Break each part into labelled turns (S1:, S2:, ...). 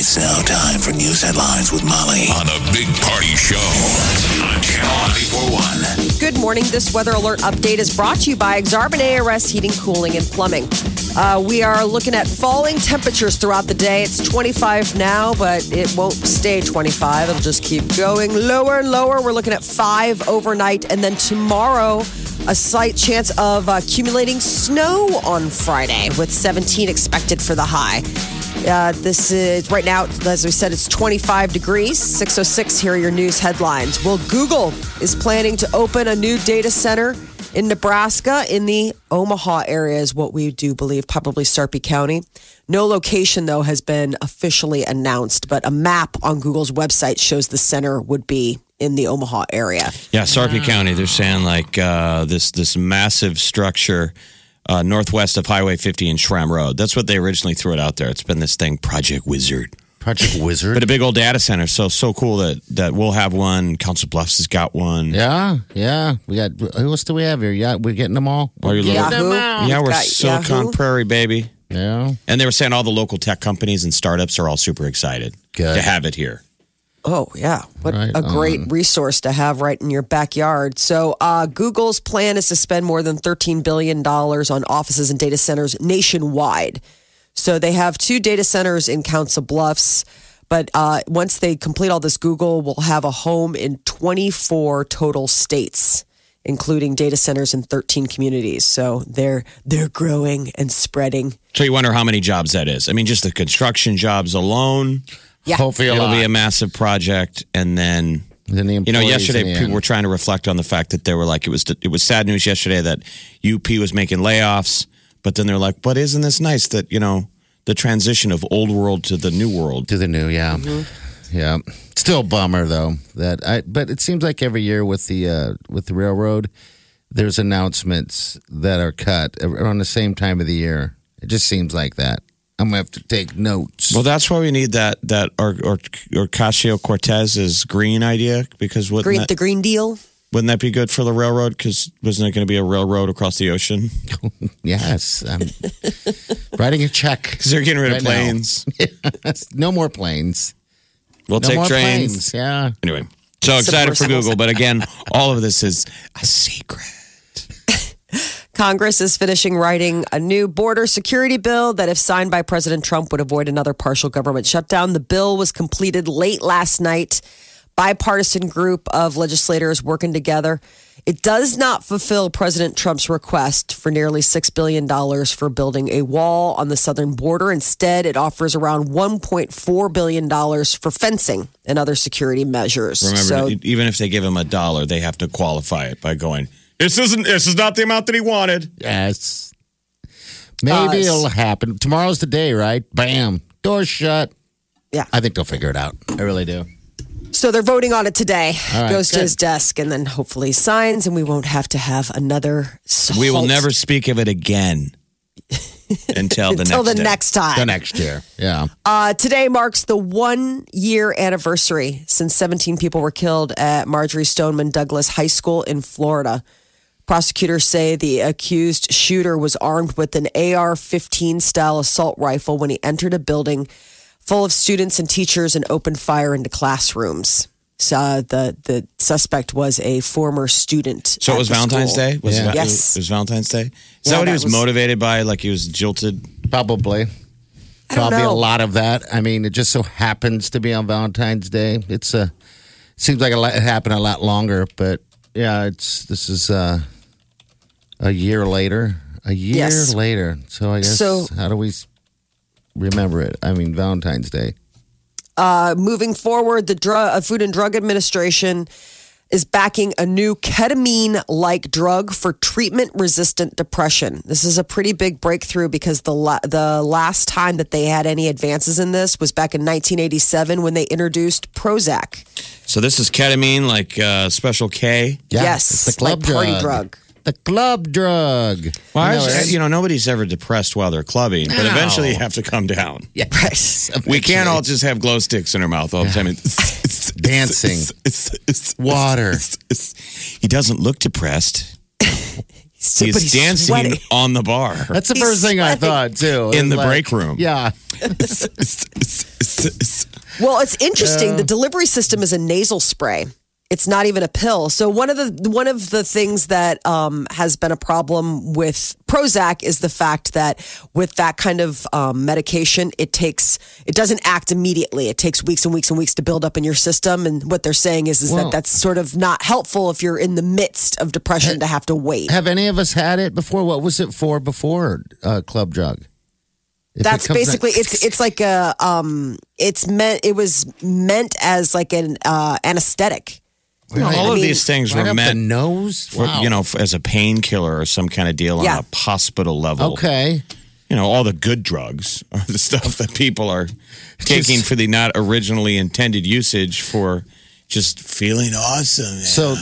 S1: It's now time for news headlines with Molly on the Big Party Show on Channel 941.
S2: Good morning. This weather alert update is brought to you by Exarban ARS Heating, Cooling, and Plumbing. Uh, we are looking at falling temperatures throughout the day. It's 25 now, but it won't stay 25. It'll just keep going lower and lower. We're looking at five overnight, and then tomorrow, a slight chance of accumulating snow on Friday, with 17 expected for the high. Uh, this is right now, as we said, it's 25 degrees, 606. Here are your news headlines. Well, Google is planning to open a new data center in Nebraska in the Omaha area, is what we do believe, probably Sarpy County. No location, though, has been officially announced, but a map on Google's website shows the center would be in the Omaha area.
S3: Yeah, Sarpy County. They're saying like uh, this this massive structure uh, northwest of Highway 50 and Shram Road. That's what they originally threw it out there. It's been this thing, Project Wizard.
S4: Project Wizard.
S3: But a big old data center. So so cool that that we'll have one. Council Bluffs has got one.
S4: yeah, yeah. We got who else do we have here? Yeah, we're getting them all.
S3: Are you little-
S2: Yahoo.
S3: yeah, we're
S2: Got
S3: Silicon
S2: Yahoo.
S3: Prairie, baby.
S4: Yeah.
S3: And they were saying all the local tech companies and startups are all super excited
S4: Good.
S3: to have it here.
S2: Oh, yeah. What
S4: Right
S2: a great resource to have right in your backyard. So, uh, Google's plan is to spend more than $13 billion on offices and data centers nationwide. So, they have two data centers in Council Bluffs. But uh, once they complete all this, Google will have a home in 24 total states, including data centers in 13 communities. So, they're, they're growing and spreading.
S3: So you wonder how many jobs that is. I mean, just the construction jobs alone.
S2: Yeah.
S4: Hopefully a
S3: It'll
S4: lot.
S3: be a massive project, and then
S4: Then the
S3: you know,
S4: employees
S3: yesterday
S4: in the
S3: people
S4: end.
S3: were trying to reflect on the fact that they were like it was it was sad news yesterday that UP was making layoffs, but then they're like, but isn't this nice that you know the transition of old world to the new world?
S4: to the new, yeah, yeah. Still a bummer though that I. But it seems like every year with the uh, with the railroad, there's announcements that are cut around the same time of the year. It just seems like that. I'm gonna have to take notes.
S3: Well, that's why we need that that or or, or Casio Cortez's green idea because wouldn't
S2: Green,
S3: that,
S2: the Green Deal.
S3: wouldn't that be good for the railroad? Because wasn't it going to be a railroad across the ocean?
S4: yes, I'm writing a check.
S3: Because they're getting rid of
S4: Right now.
S3: planes.
S4: no more planes.
S3: We'll
S4: No
S3: take
S4: more
S3: trains.
S4: planes. Yeah.
S3: Anyway, so excited for Google, but again, all of this is a secret.
S2: Congress is finishing writing a new border security bill that, if signed by President Trump, would avoid another partial government shutdown. The bill was completed late last night. Bipartisan group of legislators working together. It does not fulfill President Trump's request for nearly $6 billion for building a wall on the southern border. Instead, it offers around $1.4 billion for fencing and other security measures.
S3: Remember,
S2: so,
S3: e- even if they give him a dollar, they have to qualify it by going, "This isn't. This is not the amount that he wanted."
S4: Yes. Maybe
S2: Us.
S4: it'll happen. Tomorrow's the day, right? Bam. Door shut.
S2: Yeah.
S4: I think they'll figure it out. I really do.
S2: So they're voting on it today.
S4: right,
S2: Goes to
S4: good.
S2: his desk and then hopefully signs, and we won't have to have another. Salt
S3: We will never speak of it again until the
S2: until
S3: next
S2: the
S3: day.
S2: next time.
S4: The next year. Yeah.
S2: Uh, today marks the one year anniversary since 17 people were killed at Marjorie Stoneman Douglas High School in Florida. Prosecutors say the accused shooter was armed with an AR 15 style assault rifle when he entered a building full of students and teachers and opened fire into classrooms. So, uh, the, the suspect was a former student.
S3: So
S2: at
S3: it was
S2: the
S3: Valentine's
S2: school.
S3: Day. Was it,
S2: Yeah.
S3: it
S2: Yes.
S3: was- it was Valentine's Day. Is
S2: Yeah,
S3: that what he
S2: that
S3: was,
S2: was-
S3: motivated by? Like he was jilted.
S4: Probably.
S2: I don't
S4: Probably
S2: know.
S4: a lot of that. I mean, it just so happens to be on Valentine's Day. It's a seems like a lot, it happened a lot longer, but yeah, it's this is uh, a year later. A year
S2: Yes.
S4: later. So I guess
S2: So-
S4: how do we s- remember it? I mean, Valentine's Day.
S2: moving forward, the Dru- uh, Food and Drug Administration is backing a new ketamine like drug for treatment resistant depression. This is a pretty big breakthrough because the, la- the last time that they had any advances in this was back in 1987 when they introduced Prozac.
S3: So this is ketamine, like uh, Special K.
S2: yes,
S4: it's the club
S2: like party
S4: drug.
S2: drug.
S4: The club drug.
S3: Why? is-
S4: No, it's-
S3: you know, nobody's ever depressed while they're clubbing, but
S4: No.
S3: eventually you have to come down.
S2: Right.
S3: We can't all just have glow sticks in our mouth all the time.
S4: Dancing. Water.
S3: He doesn't look depressed.
S2: But
S3: He's dancing
S2: sweating.
S3: on the bar.
S4: That's the
S2: He's
S4: first thing I thought too.
S3: In the
S4: It's
S3: break room.
S4: Yeah.
S2: Well, it's interesting. the delivery system is a nasal spray. It's not even a pill. So one of the one of the things that um, has been a problem with Prozac is the fact that with that kind of um, medication, it takes it doesn't act immediately. It takes weeks and weeks and weeks to build up in your system. And what they're saying is is
S4: Well-
S2: that that's sort of not helpful if you're in the midst of depression to have to wait.
S4: Have any of us had it before? What was it for before uh, club drug? If it
S2: That's
S4: comes
S2: basically
S4: out-
S2: it's it's like a um it's meant it was meant as like an uh, anesthetic.
S3: all
S4: I
S3: of
S2: mean,
S3: these things
S4: right
S3: were
S4: up the
S3: meant
S4: nose.
S3: for,
S4: Wow.
S3: you know, f- as a painkiller or some kind of deal
S2: Yeah.
S3: on a hospital level.
S4: Okay.
S3: You know, all the good drugs are the stuff that people are taking for the not originally intended usage for just feeling awesome.
S4: So,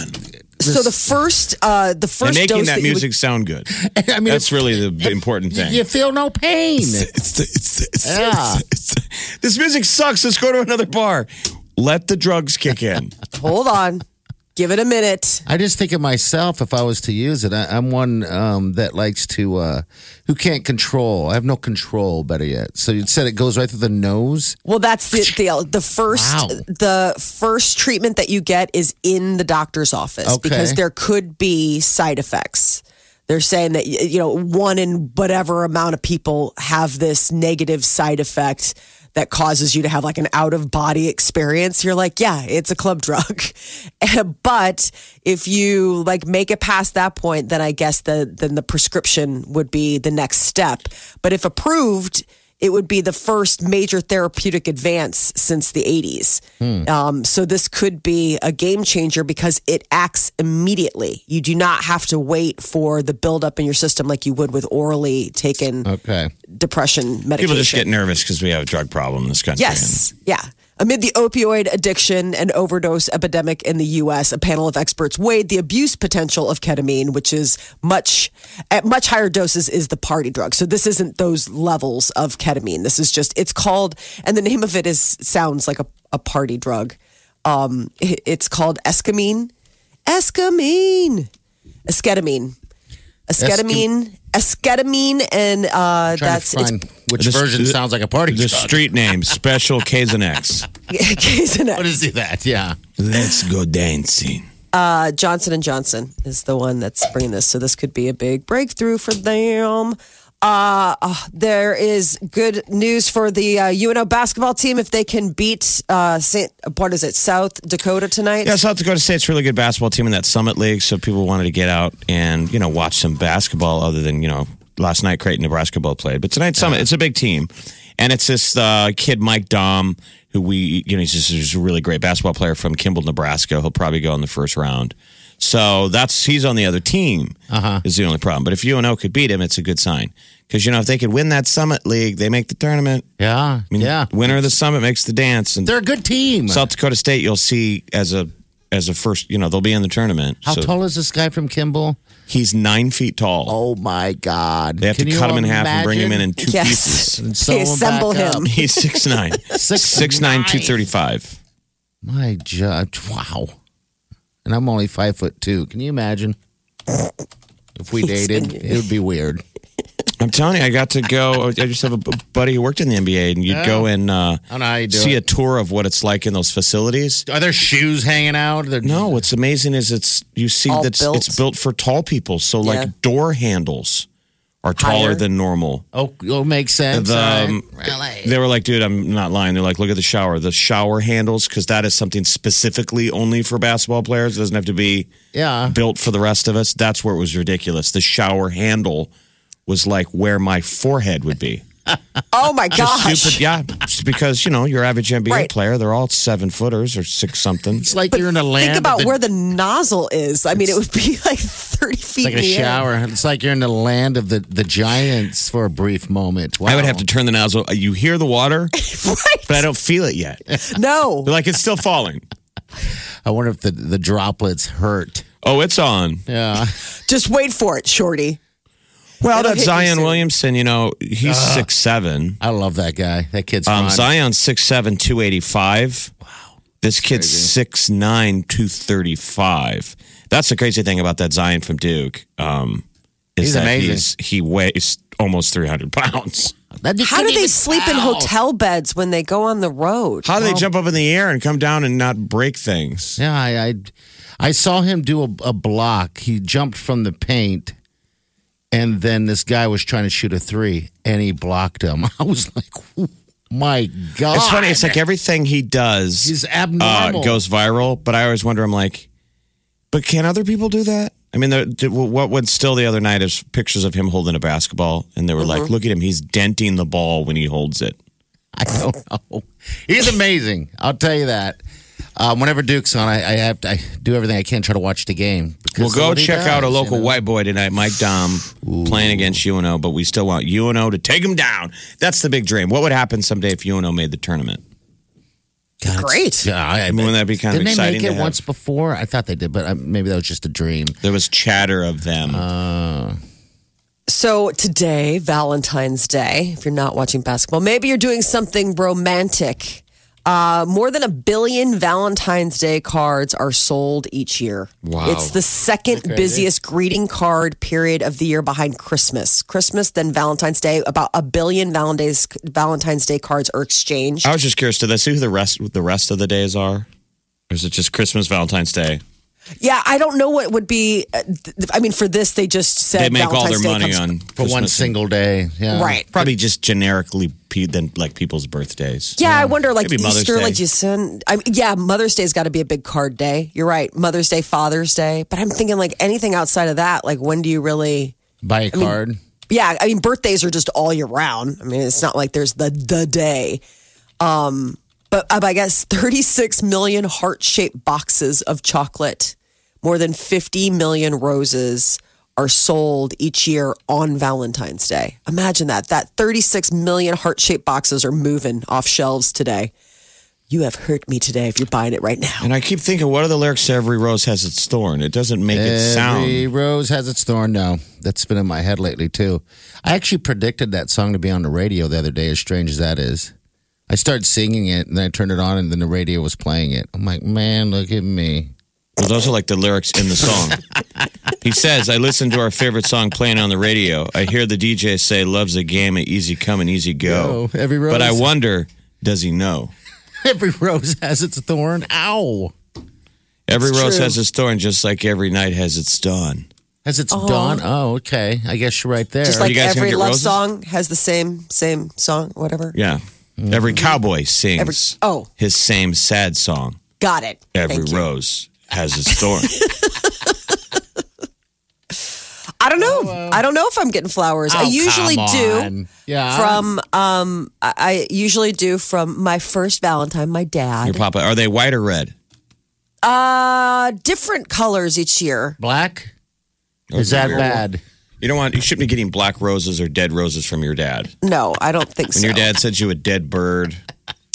S2: So the first, uh, the first
S3: and making
S2: dose
S3: that,
S2: that you would-
S3: music sound good.
S4: I mean,
S3: That's
S4: if-
S3: really the the important
S4: you-
S3: thing.
S4: You feel no pain.
S3: It's- it's- it's-
S4: Yeah.
S3: it's- this music sucks. Let's go to another bar. Let the drugs kick in.
S2: hold on, give it a minute.
S4: I just think of myself if I was to use it. I, I'm one um, that likes to, uh, who can't control. I have no control, better yet. So you said it goes right through the nose.
S2: Well, that's the the, the first
S4: Wow.
S2: the first treatment that you get is in the doctor's office
S4: Okay.
S2: because there could be side effects. They're saying that y- you know one in whatever amount of people have this negative side effect that causes you to have like an out of body experience. You're like, yeah, it's a club drug, but if you like make it past that point, then I guess the then the prescription would be the next step. But if approved, it would be the first major therapeutic advance since the 80s.
S3: Hmm.
S2: Um, so this could be a game changer because it acts immediately. You do not have to wait for the buildup in your system like you would with orally taken
S4: Okay.
S2: depression medication.
S3: Uh, People just get nervous because we have a drug problem in this country.
S2: Yes. Yeah. Amid the opioid addiction and overdose epidemic in the U.S., a panel of experts weighed the abuse potential of ketamine, which is much at much higher doses is the party drug. So this isn't those levels of ketamine. This is just it's called, and the name of it is sounds like a, a party drug. Um, i- it's called escamine, escamine, esketamine, esketamine, esketamine, and uh,
S4: Trying
S2: that's
S4: to
S2: it's
S4: find which
S3: This-
S4: version sounds like a party
S3: The
S4: drug.
S3: street name, Special K's and X.
S2: Kazanek.
S4: What is it that? Yeah.
S3: Let's go dancing.
S2: Uh, Johnson and Johnson is the one that's bringing this, so this could be a big breakthrough for them. Uh, uh, there is good news for the uh, UNO basketball team if they can beat uh, Saint, what is it South Dakota tonight.
S3: Yeah, South Dakota State's a really good basketball team in that Summit League, so people wanted to get out and you know watch some basketball other than you know last night Creighton Nebraska both played, but tonight Summit it's a big team, and it's this uh, kid Mike Dom who we you know he's just he's a really great basketball player from Kimball, Nebraska. He'll probably go in the first round, so that's he's on the other team uh-huh. is the only problem. But if UNO could beat him, it's a good sign because you know if they could win that Summit League, they make the tournament.
S4: Yeah.
S3: I mean,
S4: yeah.
S3: winner of the Summit makes the dance, and
S4: They're a good team.
S3: South Dakota State, you'll see as a as a first, you know, they'll be in the tournament.
S4: How
S3: So
S4: tall is this guy from Kimball?
S3: He's nine feet tall.
S4: Oh my God!
S3: they have
S4: Can
S3: to
S4: you
S3: cut him in half and bring him in
S4: imagine?
S3: in two
S2: yes,
S3: pieces.
S4: sew
S2: They
S4: 'em
S2: assemble
S4: back
S2: him.
S4: up.
S3: He's six nine.
S4: Six
S3: Six nine, two
S4: nine.
S3: thirty five.
S4: My judge, wow. And I'm only five foot two. Can you imagine? If we dated, it would be weird.
S3: I'm telling you, I got to go. I just have a b- buddy who worked in the NBA, and you'd go and uh,
S4: I don't know how you do
S3: see
S4: it.
S3: a tour of what it's like in those facilities.
S4: Are there shoes hanging out? They're-
S3: No, what's amazing is it's you see
S2: All
S3: that
S2: built.
S3: it's built for tall people. So like
S2: Yeah.
S3: door handles are taller
S2: Higher.
S3: than normal.
S4: Oh, oh makes sense.
S3: The,
S4: All right.
S3: um,
S4: Really?
S3: They were like, dude, I'm not lying. They're like, look at the shower, the shower handles, because that is something specifically only for basketball players. It doesn't have to be
S4: yeah.
S3: built for the rest of us. That's where it was ridiculous. The shower handle was like where my forehead would be.
S2: Oh my
S3: Just
S2: gosh.
S3: stupid, yeah. Just because you know your average NBA
S2: Right.
S3: player, they're all seven footers or six something.
S4: It's like you're in a land.
S2: Think
S4: of
S2: about
S4: the-
S2: where the nozzle is. I mean, it would be like 30 feet
S4: like
S2: in
S4: a
S2: the air.
S4: shower. It's like you're in the land of the, the giants for a brief moment. Wow.
S3: I would have to turn the nozzle. Uh, You hear the water,
S2: Right.
S3: but I don't feel it yet.
S2: No.
S3: Like it's still falling.
S4: I wonder if the the droplets hurt.
S3: Oh, it's on.
S4: Yeah,
S2: Just wait for it, Shorty.
S3: Well,
S2: It'll
S3: that
S2: hit you
S3: Zion
S2: soon.
S3: Williamson, you know, he's six seven.
S4: I love that guy. That kid's
S3: Um,
S4: fun.
S3: Zion's six seven, two eighty five. Wow. This kid's six nine, two thirty five. That's the crazy thing about that Zion from Duke. Um, is
S4: He's
S3: that
S4: amazing.
S3: He's, he weighs almost three hundred pounds.
S4: That dude
S2: How do
S4: couldn't
S2: they
S4: even
S2: sleep in
S4: tell.
S2: hotel beds when they go on the road?
S3: How do they jump up in the air and come down and not break things?
S4: Yeah, I, I, I saw him do a, a block. He jumped from the paint, and then this guy was trying to shoot a three, and he blocked him. I was like, "Oh my god!
S3: It's funny. It's like everything he does
S4: he's
S3: uh,
S4: abnormal.
S3: goes viral, but I always wonder. I'm like, but can other people do that? I mean, the- the- what went still the other night is pictures of him holding a basketball, and they were like, "Look at him! He's denting the ball when he holds it."
S4: I don't know. He's amazing. I'll tell you that. Um, whenever Duke's on, I, I have to, I do everything I can to try to watch the game.
S3: We'll
S4: because
S3: go
S4: of what he
S3: check
S4: does,
S3: out a
S4: you
S3: local
S4: know?
S3: white boy tonight, Mike Dom, playing against UNO, but we still want UNO to take him down. That's the big dream. What would happen someday if UNO made the tournament?
S4: God, it's-
S2: Great.
S4: Yeah, I, I
S3: Wouldn't that be kind of
S4: Didn't they
S3: exciting
S4: make
S3: to
S4: it
S3: have?
S4: once before? I thought they did, but uh, maybe that was just a dream.
S3: There was chatter of them.
S4: Uh.
S2: So today, Valentine's Day, if you're not watching basketball, maybe you're doing something romantic. Uh, more than a billion Valentine's Day cards are sold each year. Wow. It's the second busiest greeting card period of the year behind Christmas. Christmas, then Valentine's Day. About a billion Valentine's, Valentine's Day cards are exchanged.
S3: I was just curious. Did I see who the rest the rest of the days are, or is it just Christmas, Valentine's Day?
S2: Yeah, I don't know what would be. uh, th- I mean, for this, they just said
S3: They make all
S2: Valentine's
S3: their
S2: Day
S3: money
S2: comes-
S3: on
S4: for one
S3: Christmas and
S4: single day. Yeah.
S2: right.
S3: Probably just generically pe- than like people's birthdays.
S2: Yeah, I wonder, like
S3: Maybe Mother's
S2: Easter,
S3: Day.
S2: like you send. I mean, yeah, Mother's Day's got to be a big card day. You're right, Mother's Day, Father's Day. But I'm thinking, like anything outside of that, like when do you really?
S4: Buy a card.
S2: Yeah, I mean, birthdays are just all year round. I mean, it's not like there's the the day. Um, but uh, I guess 36 million heart shaped boxes of chocolate, more than 50 million roses are sold each year on Valentine's Day. Imagine that. That 36 million heart shaped boxes are moving off shelves today. You have hurt me today if you're buying it right now.
S3: And I keep thinking, what are the lyrics to "Every Rose Has Its Thorn"? It doesn't make it
S4: Every
S3: sound.
S4: rose has its thorn. No, that's been in my head lately too. I actually predicted that song to be on the radio the other day. As strange as that is, I started singing it, and then I turned it on, and then the radio was playing it. I'm like, man, look at me.
S3: Well, those are like the lyrics in the song. he says, "I listen to our favorite song playing on the radio. I hear the DJ say, love's a game of easy come and easy go.'
S4: Go, every
S3: But I
S4: rose.
S3: wonder, does he know?
S4: Every rose has its thorn. Ow.
S3: Every
S2: It's
S3: rose
S2: true.
S3: has its thorn, just like every night has its dawn.
S4: Has its dawn? Oh, okay. I guess you're right there.
S2: Just
S3: Are
S2: like
S3: you guys gonna
S2: every
S3: get
S2: love
S3: roses?
S2: song has the same same song, whatever.
S3: Yeah. Every cowboy sings
S2: Mm. Every- oh.
S3: his same sad song.
S2: Got it.
S3: Every
S2: Thank you.
S3: rose has its thorn.
S2: I don't know. I don't know if I'm getting flowers. I
S4: Oh,
S2: usually
S4: come
S2: do.
S4: on. Yeah.
S2: from um I- I usually do from my first Valentine, my
S3: Your
S2: dad.
S3: papa. Are they white or red?
S2: Uh different colors each year.
S4: black. Is that bad?
S3: You don't want. You shouldn't be getting black roses or dead roses from your dad.
S2: No, I don't think
S3: When
S2: so.
S3: your dad sends you a dead bird,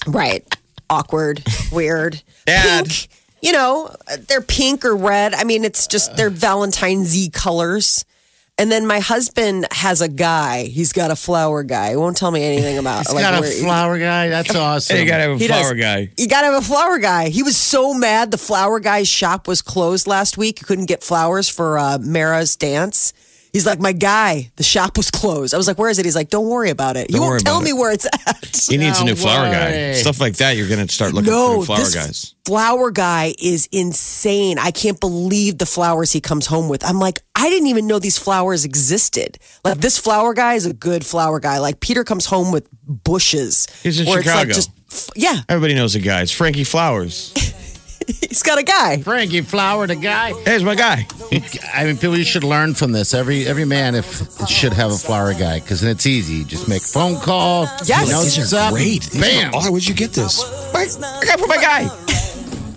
S2: Right. Awkward, weird.
S3: Dad.
S2: Pink. You know, they're pink or red. I mean, it's just they're Valentine's Z colors. And then my husband has a guy. He's got a flower guy. He won't tell me anything about
S4: He's got a
S2: where-
S4: flower guy. That's awesome.
S3: hey, you gotta have a
S2: He does.
S3: flower guy.
S2: You gotta have a flower guy. He was so mad the flower guy's shop was closed last week. He couldn't get flowers for uh, Mara's dance. He's like, my guy, the shop was closed. I was like, where is it? He's like, don't worry about it. He
S3: Don't worry
S2: won't tell
S3: about
S2: me
S3: it."
S2: where it's at.
S3: He needs a new
S4: No
S3: flower guy.
S4: way.
S3: Stuff like that. You're gonna start looking
S2: no,
S3: through flower
S2: this
S3: guys.
S2: flower guy is insane. I can't believe the flowers he comes home with. I'm like, I didn't even know these flowers existed. Like this flower guy is a good flower guy. Like Peter comes home with bushes.
S3: He's in
S2: where It's like
S3: Chicago.
S2: just, f- yeah,
S3: Everybody knows the guys. Frankie Flowers.
S2: He's got a guy.
S4: Frankie Flower, the guy.
S3: Here's my guy.
S4: I mean, people, you should learn from this. Every every man, if should have a flower guy, because then it's easy. You just make a phone call.
S2: Yes.
S4: you know
S2: These
S4: what's up,
S5: Great. These
S4: Bam.
S5: are- Oh, where'd you get this?
S3: My, I got for my guy.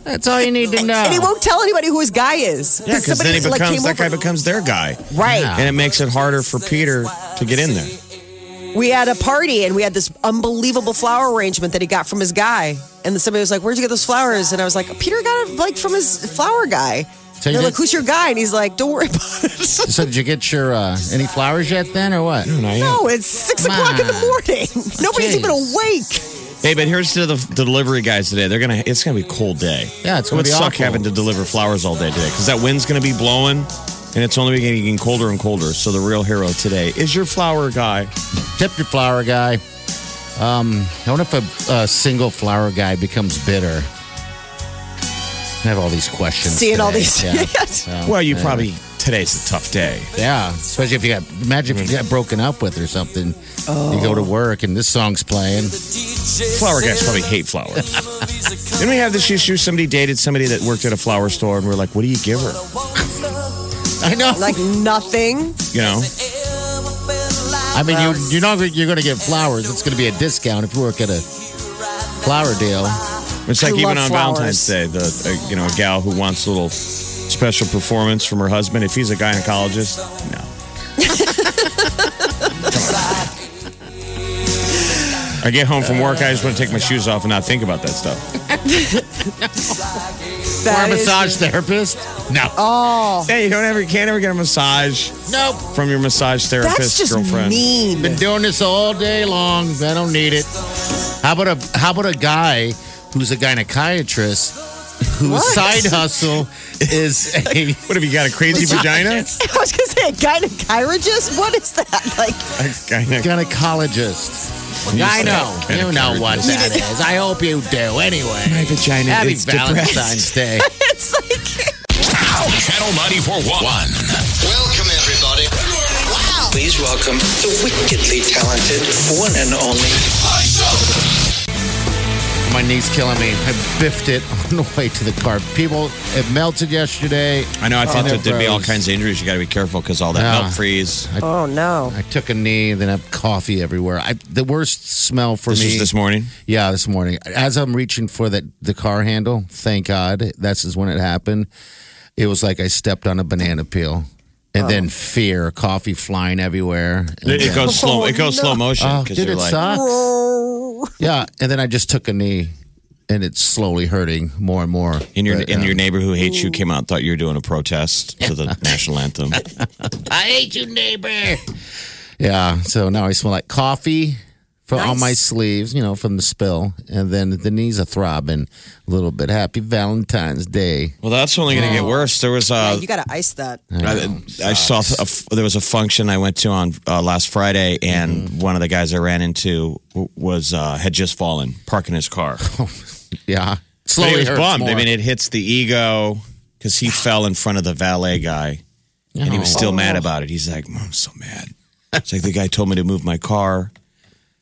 S4: That's all you need to know.
S2: And he won't tell anybody who his guy is.
S3: Yeah, because then
S2: somebody,
S3: he becomes
S2: like, came
S3: that guy
S2: over-
S3: becomes their guy,
S2: Right.
S3: and it makes it harder for Peter to get in there.
S2: We had a party and we had this unbelievable flower arrangement that he got from his guy. And somebody was like, Where'd you get those flowers? And I was like, Peter got it like from his flower guy.
S4: So you
S2: They're like,
S4: did-
S2: Who's your guy? And he's like, Don't worry about it.
S4: So did you get your uh, any flowers yet then, or what?
S3: Not yet.
S2: No, it's six
S4: Come
S2: o'clock in the
S4: on.
S2: morning. Nobody's
S4: Jeez.
S2: even awake.
S3: Hey, but here's to the delivery guys today. They're gonna. It's gonna be a cold day.
S4: Yeah, it's
S3: it
S4: gonna
S3: would
S4: be
S3: suck
S4: awful.
S3: having to deliver flowers all day today because that wind's gonna be blowing, and it's only getting colder and colder. So the real hero today is your flower guy.
S4: Tip your flower guy. Um, I wonder if a, a single flower guy becomes bitter. I have all these questions.
S2: Seeing all
S4: today.
S2: these.
S4: Yeah.
S2: Oh,
S3: Well, you probably today's a tough day.
S4: Yeah, especially if you got imagine if you got broken up with or something. You go to work and this song's playing.
S3: Flower guys probably hate flowers. Didn't we have this issue? Somebody dated somebody that worked at a flower store, and we're like, "What do you give her?"
S4: I know.
S2: Like nothing.
S3: You know,
S4: I mean, you you know you're going to get flowers. It's going to be a discount if you work at a flower deal.
S3: it's like
S2: I
S3: even on
S2: love
S3: Valentine's Day, the uh, you know a gal who wants a little special performance from her husband. If he's a gynecologist, no. Come on. I get home from work. I just want to take my shoes off and not think about that stuff.
S4: Or a
S2: That is-
S4: massage therapist? No.
S3: Yeah, you don't ever, you can't ever get a massage
S4: Nope.
S3: from your massage therapist
S2: that's just
S3: girlfriend.
S2: mean.
S4: Been doing this all day long. I don't need it. How about a how about a guy who's a gynecologist whose
S2: What?
S4: side hustle is a
S3: What have you got? A crazy vagina?
S2: I was going to say, a gynecologist? What is that? Like,
S3: A gyne-
S4: gynecologist? I know. You know what that is. I hope you do. Anyway.
S3: My vagina
S4: Happy
S3: is depressed.
S4: Valentine's Day.
S2: it's like.
S1: Channel 941.
S6: Welcome, everybody. Wow. Please welcome the wickedly talented one and only.
S4: My knee's killing me. I biffed it on the way to the car. People, it melted yesterday.
S3: I know. I thought
S4: Oh,
S3: there would be all
S4: gross.
S3: kinds of injuries. You got to be careful because all that
S4: Yeah.
S3: milk freeze.
S2: Oh, no.
S4: I took a knee, then I have coffee everywhere. I, the worst smell for
S3: This
S4: me.
S3: was this morning.
S4: Yeah, this morning. As I'm reaching for that the car handle, thank God, this is when it happened. It was like I stepped on a banana peel. And then fear, coffee flying everywhere. And
S3: Oh. It, it
S4: then-
S3: goes slow. It goes slow motion.
S4: Oh,
S3: 'cause
S4: dude,
S3: you're like,
S4: it sucks. Yeah, and then I just took a knee, and it's slowly hurting more and more.
S3: And your
S4: But,
S3: and
S4: um,
S3: your neighbor who hates you came out and thought you were doing a protest to the national anthem.
S4: I hate you, neighbor. Yeah, so now I smell like coffee from on my sleeves, you know, from the spill, and then the knees are throbbing a little bit. Happy Valentine's Day.
S3: Well, that's only going to get worse. There was
S2: Yeah,
S3: a
S2: you got to ice that.
S3: I, I saw a f there was a function I went to on uh, last Friday, and
S4: Mm-hmm.
S3: one of the guys I ran into w- was uh, had just fallen, parking his car.
S4: Yeah,
S3: But
S4: slowly
S3: he was
S4: hurts
S3: bummed. I
S4: more.
S3: mean, it hits the ego because he fell in front of the valet guy, and he was still
S4: Oh.
S3: mad about it. He's like, "Mom, I'm so mad." It's like the guy told me to move my car,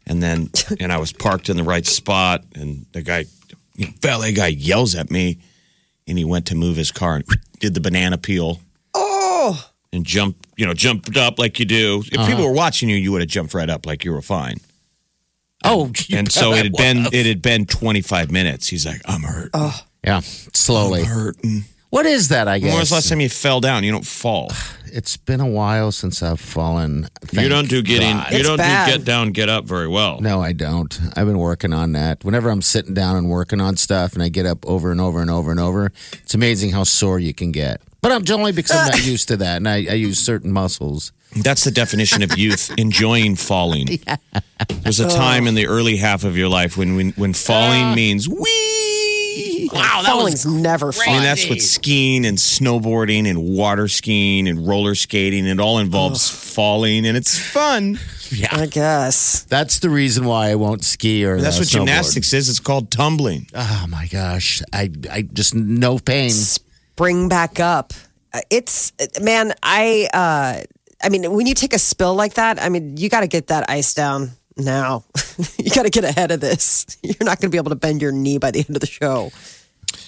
S3: and then and I was parked in the right spot, and the guy, valet guy, yells at me, and he went to move his car and did the banana peel.
S2: Oh,
S3: and jump, you know, jumped up like you do. If
S4: Uh-huh.
S3: people were watching you, you would have jumped right up like you were fine.
S4: oh, you
S3: and
S4: bet
S3: so
S4: I
S3: it had
S4: was.
S3: been it had been 25 minutes. He's like, I'm hurt.
S4: Yeah, slowly.
S3: hurting.
S4: What is that? I
S3: When was
S4: guess
S3: the last time you fell down? You don't fall.
S4: it's been a while since I've fallen.
S3: you
S4: Thank
S3: don't do getting.
S4: God.
S3: You
S2: It's
S3: don't
S2: bad.
S3: do get down, get up very well.
S4: No, I don't. I've been working on that. Whenever I'm sitting down and working on stuff and I get up over and over and over and over, it's amazing how sore you can get. But I'm only because I'm not used to that and I, I use certain muscles.
S3: That's the definition of youth: enjoying falling. There's a time in the early half of your life when when, when falling means wee.
S4: Wow,
S2: falling's never
S3: I mean,
S2: fun.
S3: that's what skiing and snowboarding and water skiing and roller skating, it all involves falling and it's fun.
S2: I guess.
S4: That's the reason why I won't ski or
S3: That's
S4: uh,
S3: what
S4: snowboard.
S3: gymnastics is. It's called tumbling.
S4: Oh my gosh, I I just no pain.
S2: Bring back up. Uh, It's man. I. uh I mean, when you take a spill like that, I mean, you got to get that ice down now. you got to get ahead of this. You're not going to be able to bend your knee by the end of the show.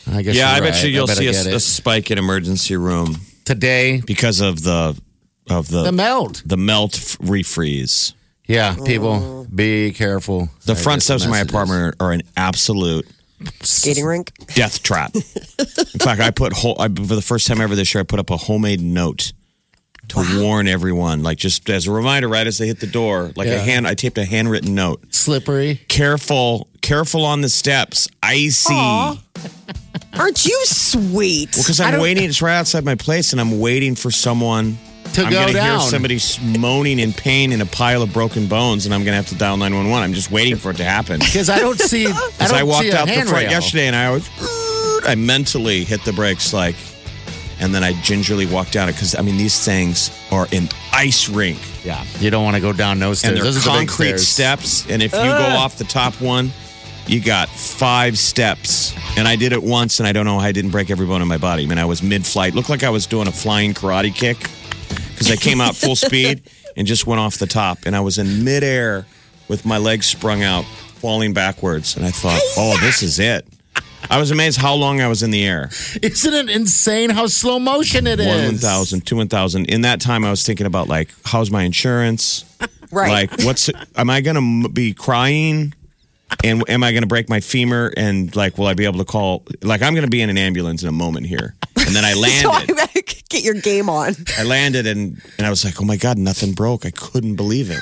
S4: I guess.
S3: yeah, I
S4: you're
S3: bet you
S4: right.
S3: you'll
S4: bet I
S3: see a,
S4: get
S3: a
S4: it.
S3: spike in emergency room
S4: today.
S3: because of the of the
S4: The melt.
S3: the melt f- refreeze.
S4: Yeah,
S3: Oh.
S4: people, be careful.
S3: The
S4: I
S3: front
S4: get the
S3: steps of my
S4: messages.
S3: apartment are an absolute
S2: Skating rink.
S3: death trap. In fact, I put whole, I, for the first time ever this year, I put up a homemade note to warn everyone, like just as a reminder, right as they hit the door, like a
S4: Yeah.
S3: hand. I taped a handwritten note.
S4: slippery.
S3: Careful, careful on the steps, icy.
S2: Aren't you sweet?
S3: Because
S2: I
S3: I'm
S2: don't-
S3: waiting. It's right outside my place, and I'm waiting for someone.
S4: To
S3: I'm
S4: go
S3: gonna
S4: down.
S3: hear somebody s- moaning in pain in a pile of broken bones, and I'm gonna have to dial 911. I'm just waiting for it to happen.
S4: Because I don't see. I,
S3: Because
S4: don't
S3: I, walked
S4: see a
S3: out the front
S4: handrail.
S3: yesterday and I was, I mentally hit the brakes like, and then I gingerly walked down it because I mean these things are an ice rink
S4: Yeah, you don't want to go down those stairs.
S3: and they're
S4: those are the big
S3: concrete
S4: stairs.
S3: steps, and if you go off the top one, you got five steps. And I did it once, and I don't know how I didn't break every bone in my body. I mean, I was mid-flight, looked like I was doing a flying karate kick because I came out full speed and just went off the top, and I was in midair with my legs sprung out, falling backwards, and I thought, "Oh, this is it." I was amazed how long I was in the air.
S4: Isn't it insane how slow motion it is?
S3: One one thousand, two one thousand. In that time, I was thinking about like, how's my insurance?
S2: Right.
S3: Like, what's? Am I gonna m- be crying? And am I gonna break my femur? And like, will I be able to call? Like, I'm gonna be in an ambulance in a moment here. And then I
S2: so I
S3: landed.
S2: better get your game on.
S3: I landed, and and I was like, oh my god, nothing broke. I couldn't believe it.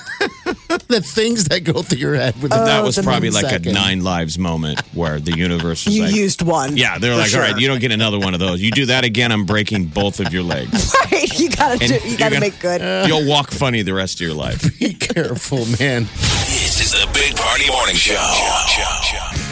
S4: The things that go through your head.
S2: Oh,
S4: With Oh,
S3: that was
S4: the
S3: probably like a
S4: millisecond.
S3: nine lives moment where the universe was
S2: You
S3: like.
S2: used one.
S3: yeah, they're like, all right, you don't get another one of those. You do that again, I'm breaking both of your legs.
S2: Right. You gotta
S3: And
S2: do, you
S3: you're
S2: gotta
S3: gonna-
S2: make good.
S3: You'll walk funny the rest of your life.
S4: Be careful, man.
S1: This is the Big Party Morning Show.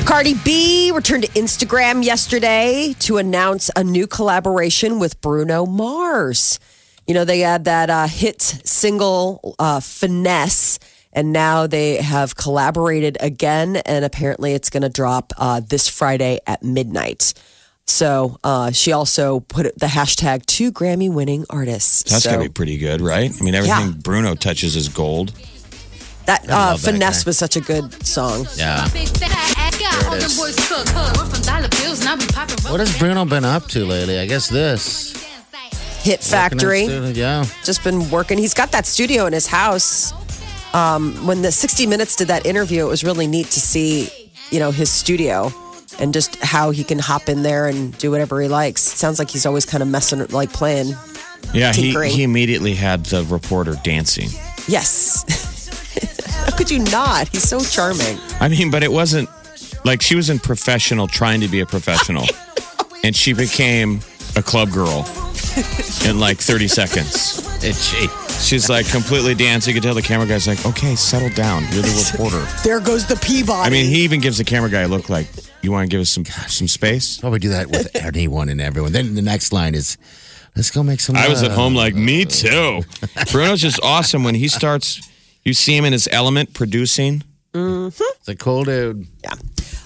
S2: Cardi B returned to Instagram yesterday to announce a new collaboration with Bruno Mars. You know, they had that uh, hit single, uh, Finesse, and now they have collaborated again, and apparently it's going to drop uh, this Friday at midnight. So uh, she also put the hashtag two Grammy winning artists.
S3: That's
S2: so
S3: gonna be pretty good, right? I mean, everything
S2: Yeah.
S3: Bruno touches is gold.
S2: that uh,
S4: love that
S2: Finesse
S4: guy.
S2: was such a good song.
S4: Yeah.
S5: Big fat ass got all them boys cook. We're from dollar bills, now we poppin'
S4: What has Bruno been up to lately? I guess this.
S2: Hit Factory.
S4: Yeah.
S2: just been working. He's got that studio in his house. Um, when the 60 Minutes did that interview, it was really neat to see, you know, his studio and just how he can hop in there and do whatever he likes. It sounds like he's always kind of messing, like playing.
S3: Yeah, he,
S2: Tinkering.
S3: he immediately had the reporter dancing.
S2: Yes. how could you not? He's so charming.
S3: I mean, but it wasn't like she was in professional trying to be a professional, and she became a club girl in like 30 seconds.
S4: Did she?
S3: She's like completely dancing. You could tell the camera guy's like, okay, settle down. You're the reporter.
S2: There goes the Peabody.
S3: I mean, he even gives the camera guy a look like, you want to give us some, some space?
S4: Probably Oh, do that with anyone and everyone. Then the next line is, let's go make some.
S3: I was at
S4: love."
S3: home like, me too. Bruno's just awesome when he starts, you see him in his element producing.
S4: It's a cool dude.
S2: Yeah.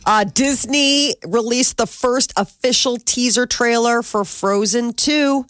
S2: Uh, Disney released the first official teaser trailer for Frozen 2.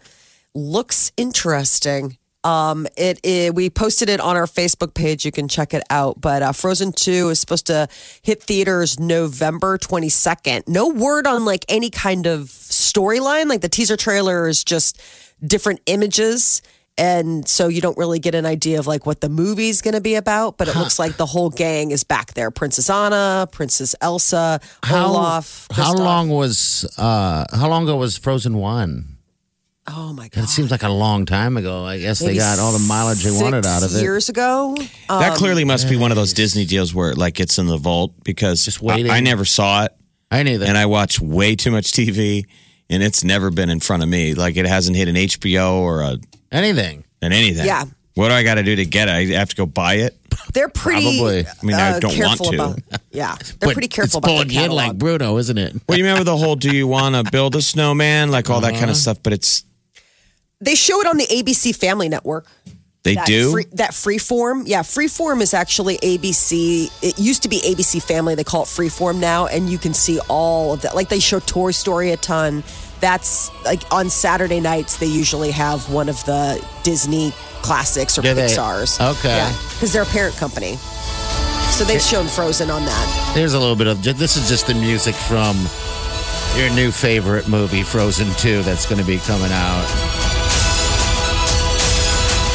S2: Looks interesting. Um, it, it we posted it on our Facebook page. You can check it out. But uh, Frozen Two is supposed to hit theaters November twenty second. No word on like any kind of storyline. Like the teaser trailer is just different images, and so you don't really get an idea of like what the movie's going to be about. But it looks like the whole gang is back there: Princess Anna, Princess Elsa, Olaf.
S4: how
S2: Kristoff.
S4: long was uh how long ago was Frozen One?
S2: Oh my
S4: It
S2: god!
S4: seems like a long time ago. I guess they
S2: Maybe
S4: got all the mileage they wanted
S2: six
S4: out of it.
S2: Years ago, Um,
S3: That clearly must be one of those Disney deals where like it's in the vault because
S4: Just waiting.
S3: I, I never saw it
S4: I knew that.
S3: and I watch way too much TV and it's never been in front of me. Like it hasn't hit an HBO or a
S4: Anything.
S3: an anything.
S2: Yeah.
S3: What do I got to do to get it? I have to go buy it.
S2: They're pretty. uh,
S4: Probably.
S3: I mean, I don't want
S2: careful
S3: to.
S2: about. Yeah, they're
S4: But
S2: pretty careful
S4: it's
S2: about the
S4: pulling you in
S2: catalog.
S4: like Bruno, isn't it?
S3: Well, you remember the whole "Do you want to build a snowman?" like all that kind
S2: Uh-huh.
S3: of stuff. But it's
S2: they show it on the ABC Family Network.
S3: they
S2: That
S3: do.
S2: free, that Freeform. Yeah, Freeform is actually ABC. It used to be ABC Family. They call it Freeform now, and you can see all of that. Like they show Toy Story a ton. That's like on Saturday nights. They usually have one of the Disney classics or
S4: Do they?
S2: Pixar's.
S4: Okay.
S2: because they're a parent company. So they've shown Frozen on that.
S4: Here's a little bit of this is just the music from Your new favorite movie, Frozen 2, that's going to be coming out.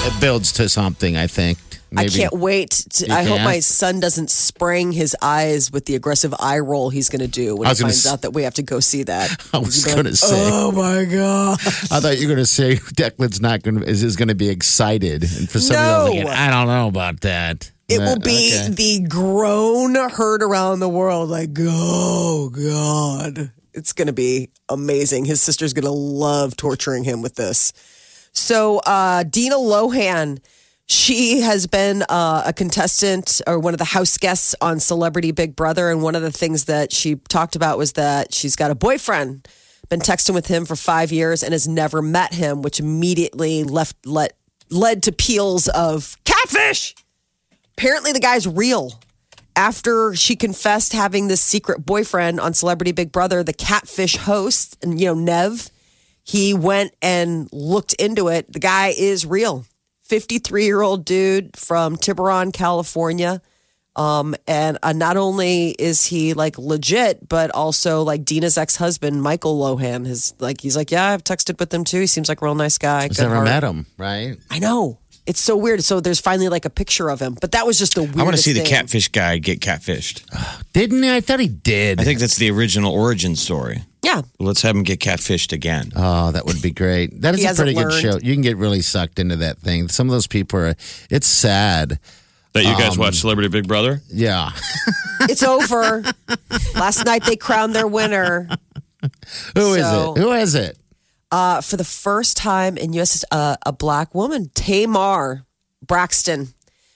S4: It builds to something, I think.
S2: I can't wait. To,
S4: You
S2: I hope
S4: can't?
S2: my son doesn't sprang his eyes with the aggressive eye roll he's going to do when
S4: I
S2: he
S4: was gonna
S2: finds
S4: s-
S2: out that we have to go see that.
S4: I was going to say.
S2: Oh my god!
S4: I thought you were going to say Declan's not going to is, is going to be excited, and for some
S2: No.
S4: reason, I don't know about that.
S2: It
S4: Uh,
S2: will be
S4: okay.
S2: the groan heard around the world. Like, oh god, it's going to be amazing. His sister's going to love torturing him with this. So, uh, Dina Lohan, she has been uh, a contestant or one of the house guests on Celebrity Big Brother. And one of the things that she talked about was that she's got a boyfriend, been texting with him for five years and has never met him, which immediately left let, led to peals of catfish. Apparently, the guy's real. After she confessed having this secret boyfriend on Celebrity Big Brother, the catfish host, and you know, Nev, he went and looked into it. The guy is real. 53 year old dude from Tiburon, California. Um, and uh, not only is he like legit, but also like Dina's ex husband, Michael Lohan, is like, he's like, yeah, I've texted with him too. He seems like a real nice guy.
S4: He's
S2: good
S4: never
S2: heart."
S4: met him, right?
S2: I know. It's so weird. So there's finally like a picture of him, but that was just the weirdest
S3: I want to see the
S2: thing.
S3: catfish guy get catfished.
S4: Didn't he? I thought he did.
S3: I think that's the original origin story.
S2: Yeah.
S3: Let's have him get catfished again.
S4: Oh, that would be great. That is
S2: He
S4: a
S2: hasn't
S4: pretty good
S2: learned.
S4: show. You can get really sucked into that thing. Some of those people are. It's sad.
S3: That you guys watch Celebrity Big Brother?
S4: Yeah.
S2: It's over. Last night they crowned their winner
S4: Who is
S2: So-
S4: it? Who is it?
S2: uh, for the first time in U.S. Uh, a black woman, Tamar Braxton.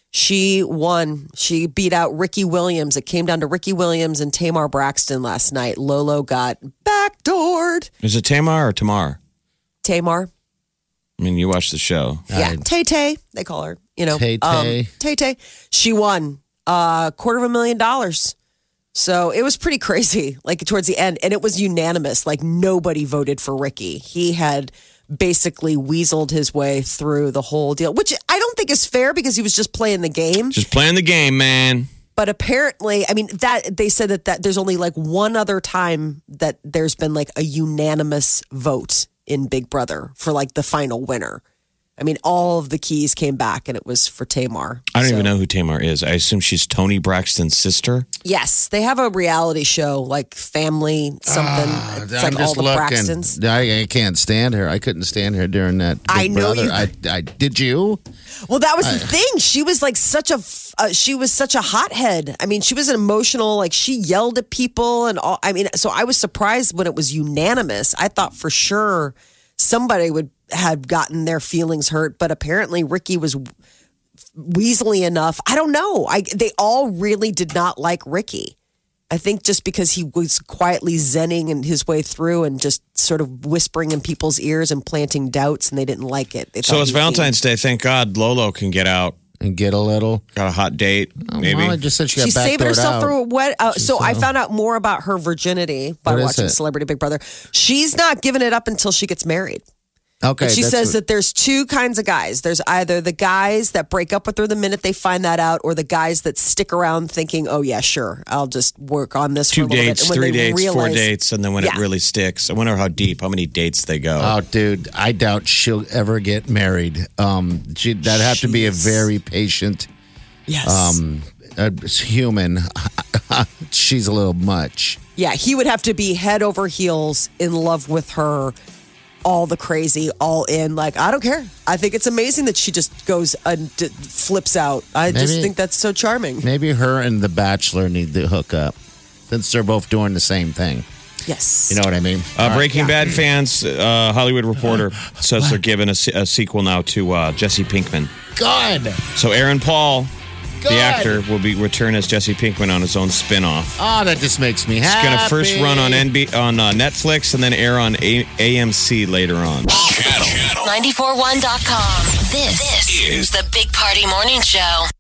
S2: She won. She beat out Ricky Williams. It came down to Ricky Williams and Tamar Braxton last night. Lolo got backdoored.
S3: Is it Tamar or Tamar?
S2: Tamar.
S3: I mean, you watch the show.
S2: Yeah, Tay Tay, they call her. You know, um,
S4: Tay Tay.
S2: Tay Tay. She won a quarter of a million dollars. So it was pretty crazy, like towards the end. And it was unanimous. Like nobody voted for Ricky. He had basically weaseled his way through the whole deal, which I don't think is fair because he was just playing the game.
S3: Just playing the game, man.
S2: But apparently, I mean, that they said that, that there's only like one other time that there's been like a unanimous vote in Big Brother for like the final winner. I mean, all of the keys came back and it was for Tamar.
S3: I don't even know who Tamar is. I assume she's Tony Braxton's sister.
S2: Yes, they have a reality show like family something. it's like all the Braxtons.
S4: I, I can't stand her. I couldn't stand her during that. Big
S2: I know
S4: Brother.
S2: you-
S4: I, I did you.
S2: Well, that was the thing. She was like such a f- uh, she was such a hothead. I mean, she was an emotional. Like she yelled at people and all. I mean, so I was surprised when it was unanimous. I thought for sure somebody would have gotten their feelings hurt, but apparently Ricky was weaselly enough. I don't know. I they all really did not like Ricky. I think just because he was quietly zenning and his way through and just sort of whispering in people's ears and planting doubts, and they didn't like it. They
S3: So
S2: thought
S3: it's
S2: he was being-
S3: Valentine's Day. Thank God Lolo can get out.
S4: And get a little.
S3: Got a hot date,
S2: Oh,
S3: maybe.
S4: Molly just said she got
S2: She's saving
S4: backdoored
S2: herself
S4: out.
S2: for what? Uh, so I found out more about her virginity by
S4: What is
S2: watching
S4: it?
S2: Celebrity Big Brother. She's not giving it up until she gets married.
S4: Okay.
S2: And she
S4: that's
S2: says
S4: what-
S2: that there's two kinds of guys. There's either the guys that break up with her the minute they find that out, or the guys that stick around thinking, "Oh yeah, sure, I'll just work on this
S3: Two
S2: for a little
S3: dates,
S2: bit." And
S3: three
S2: when they
S3: dates, four
S2: realize-
S3: dates, and then when it
S2: Yeah.
S3: really sticks. I wonder how deep, how many dates they go.
S4: Oh, dude, I doubt she'll ever get married. Um, she, that'd have to be a very patient
S2: Yes.
S4: uh, human. She's a little much.
S2: Yeah, he would have to be head over heels in love with her, all the crazy, all in. Like, I don't care. I think it's amazing that she just goes and d- flips out. I just
S4: Maybe-
S2: think that's so charming.
S4: Maybe her and The Bachelor need to hook up since they're both doing the same thing.
S2: Yes.
S4: You know what I mean?
S3: Uh, Breaking Bad fans, uh, Hollywood Reporter says they're giving a, se- a sequel now to uh, Jesse Pinkman.
S4: God.
S3: So Aaron Paul,
S4: Good.
S3: the actor, will be return as Jesse Pinkman on his own spinoff.
S4: Oh, that just makes me
S3: It's
S4: happy.
S3: going to first run on NB on uh, Netflix and then air on a- AMC later on.
S1: Channel
S5: 941.com. This, this is the Big Party Morning Show.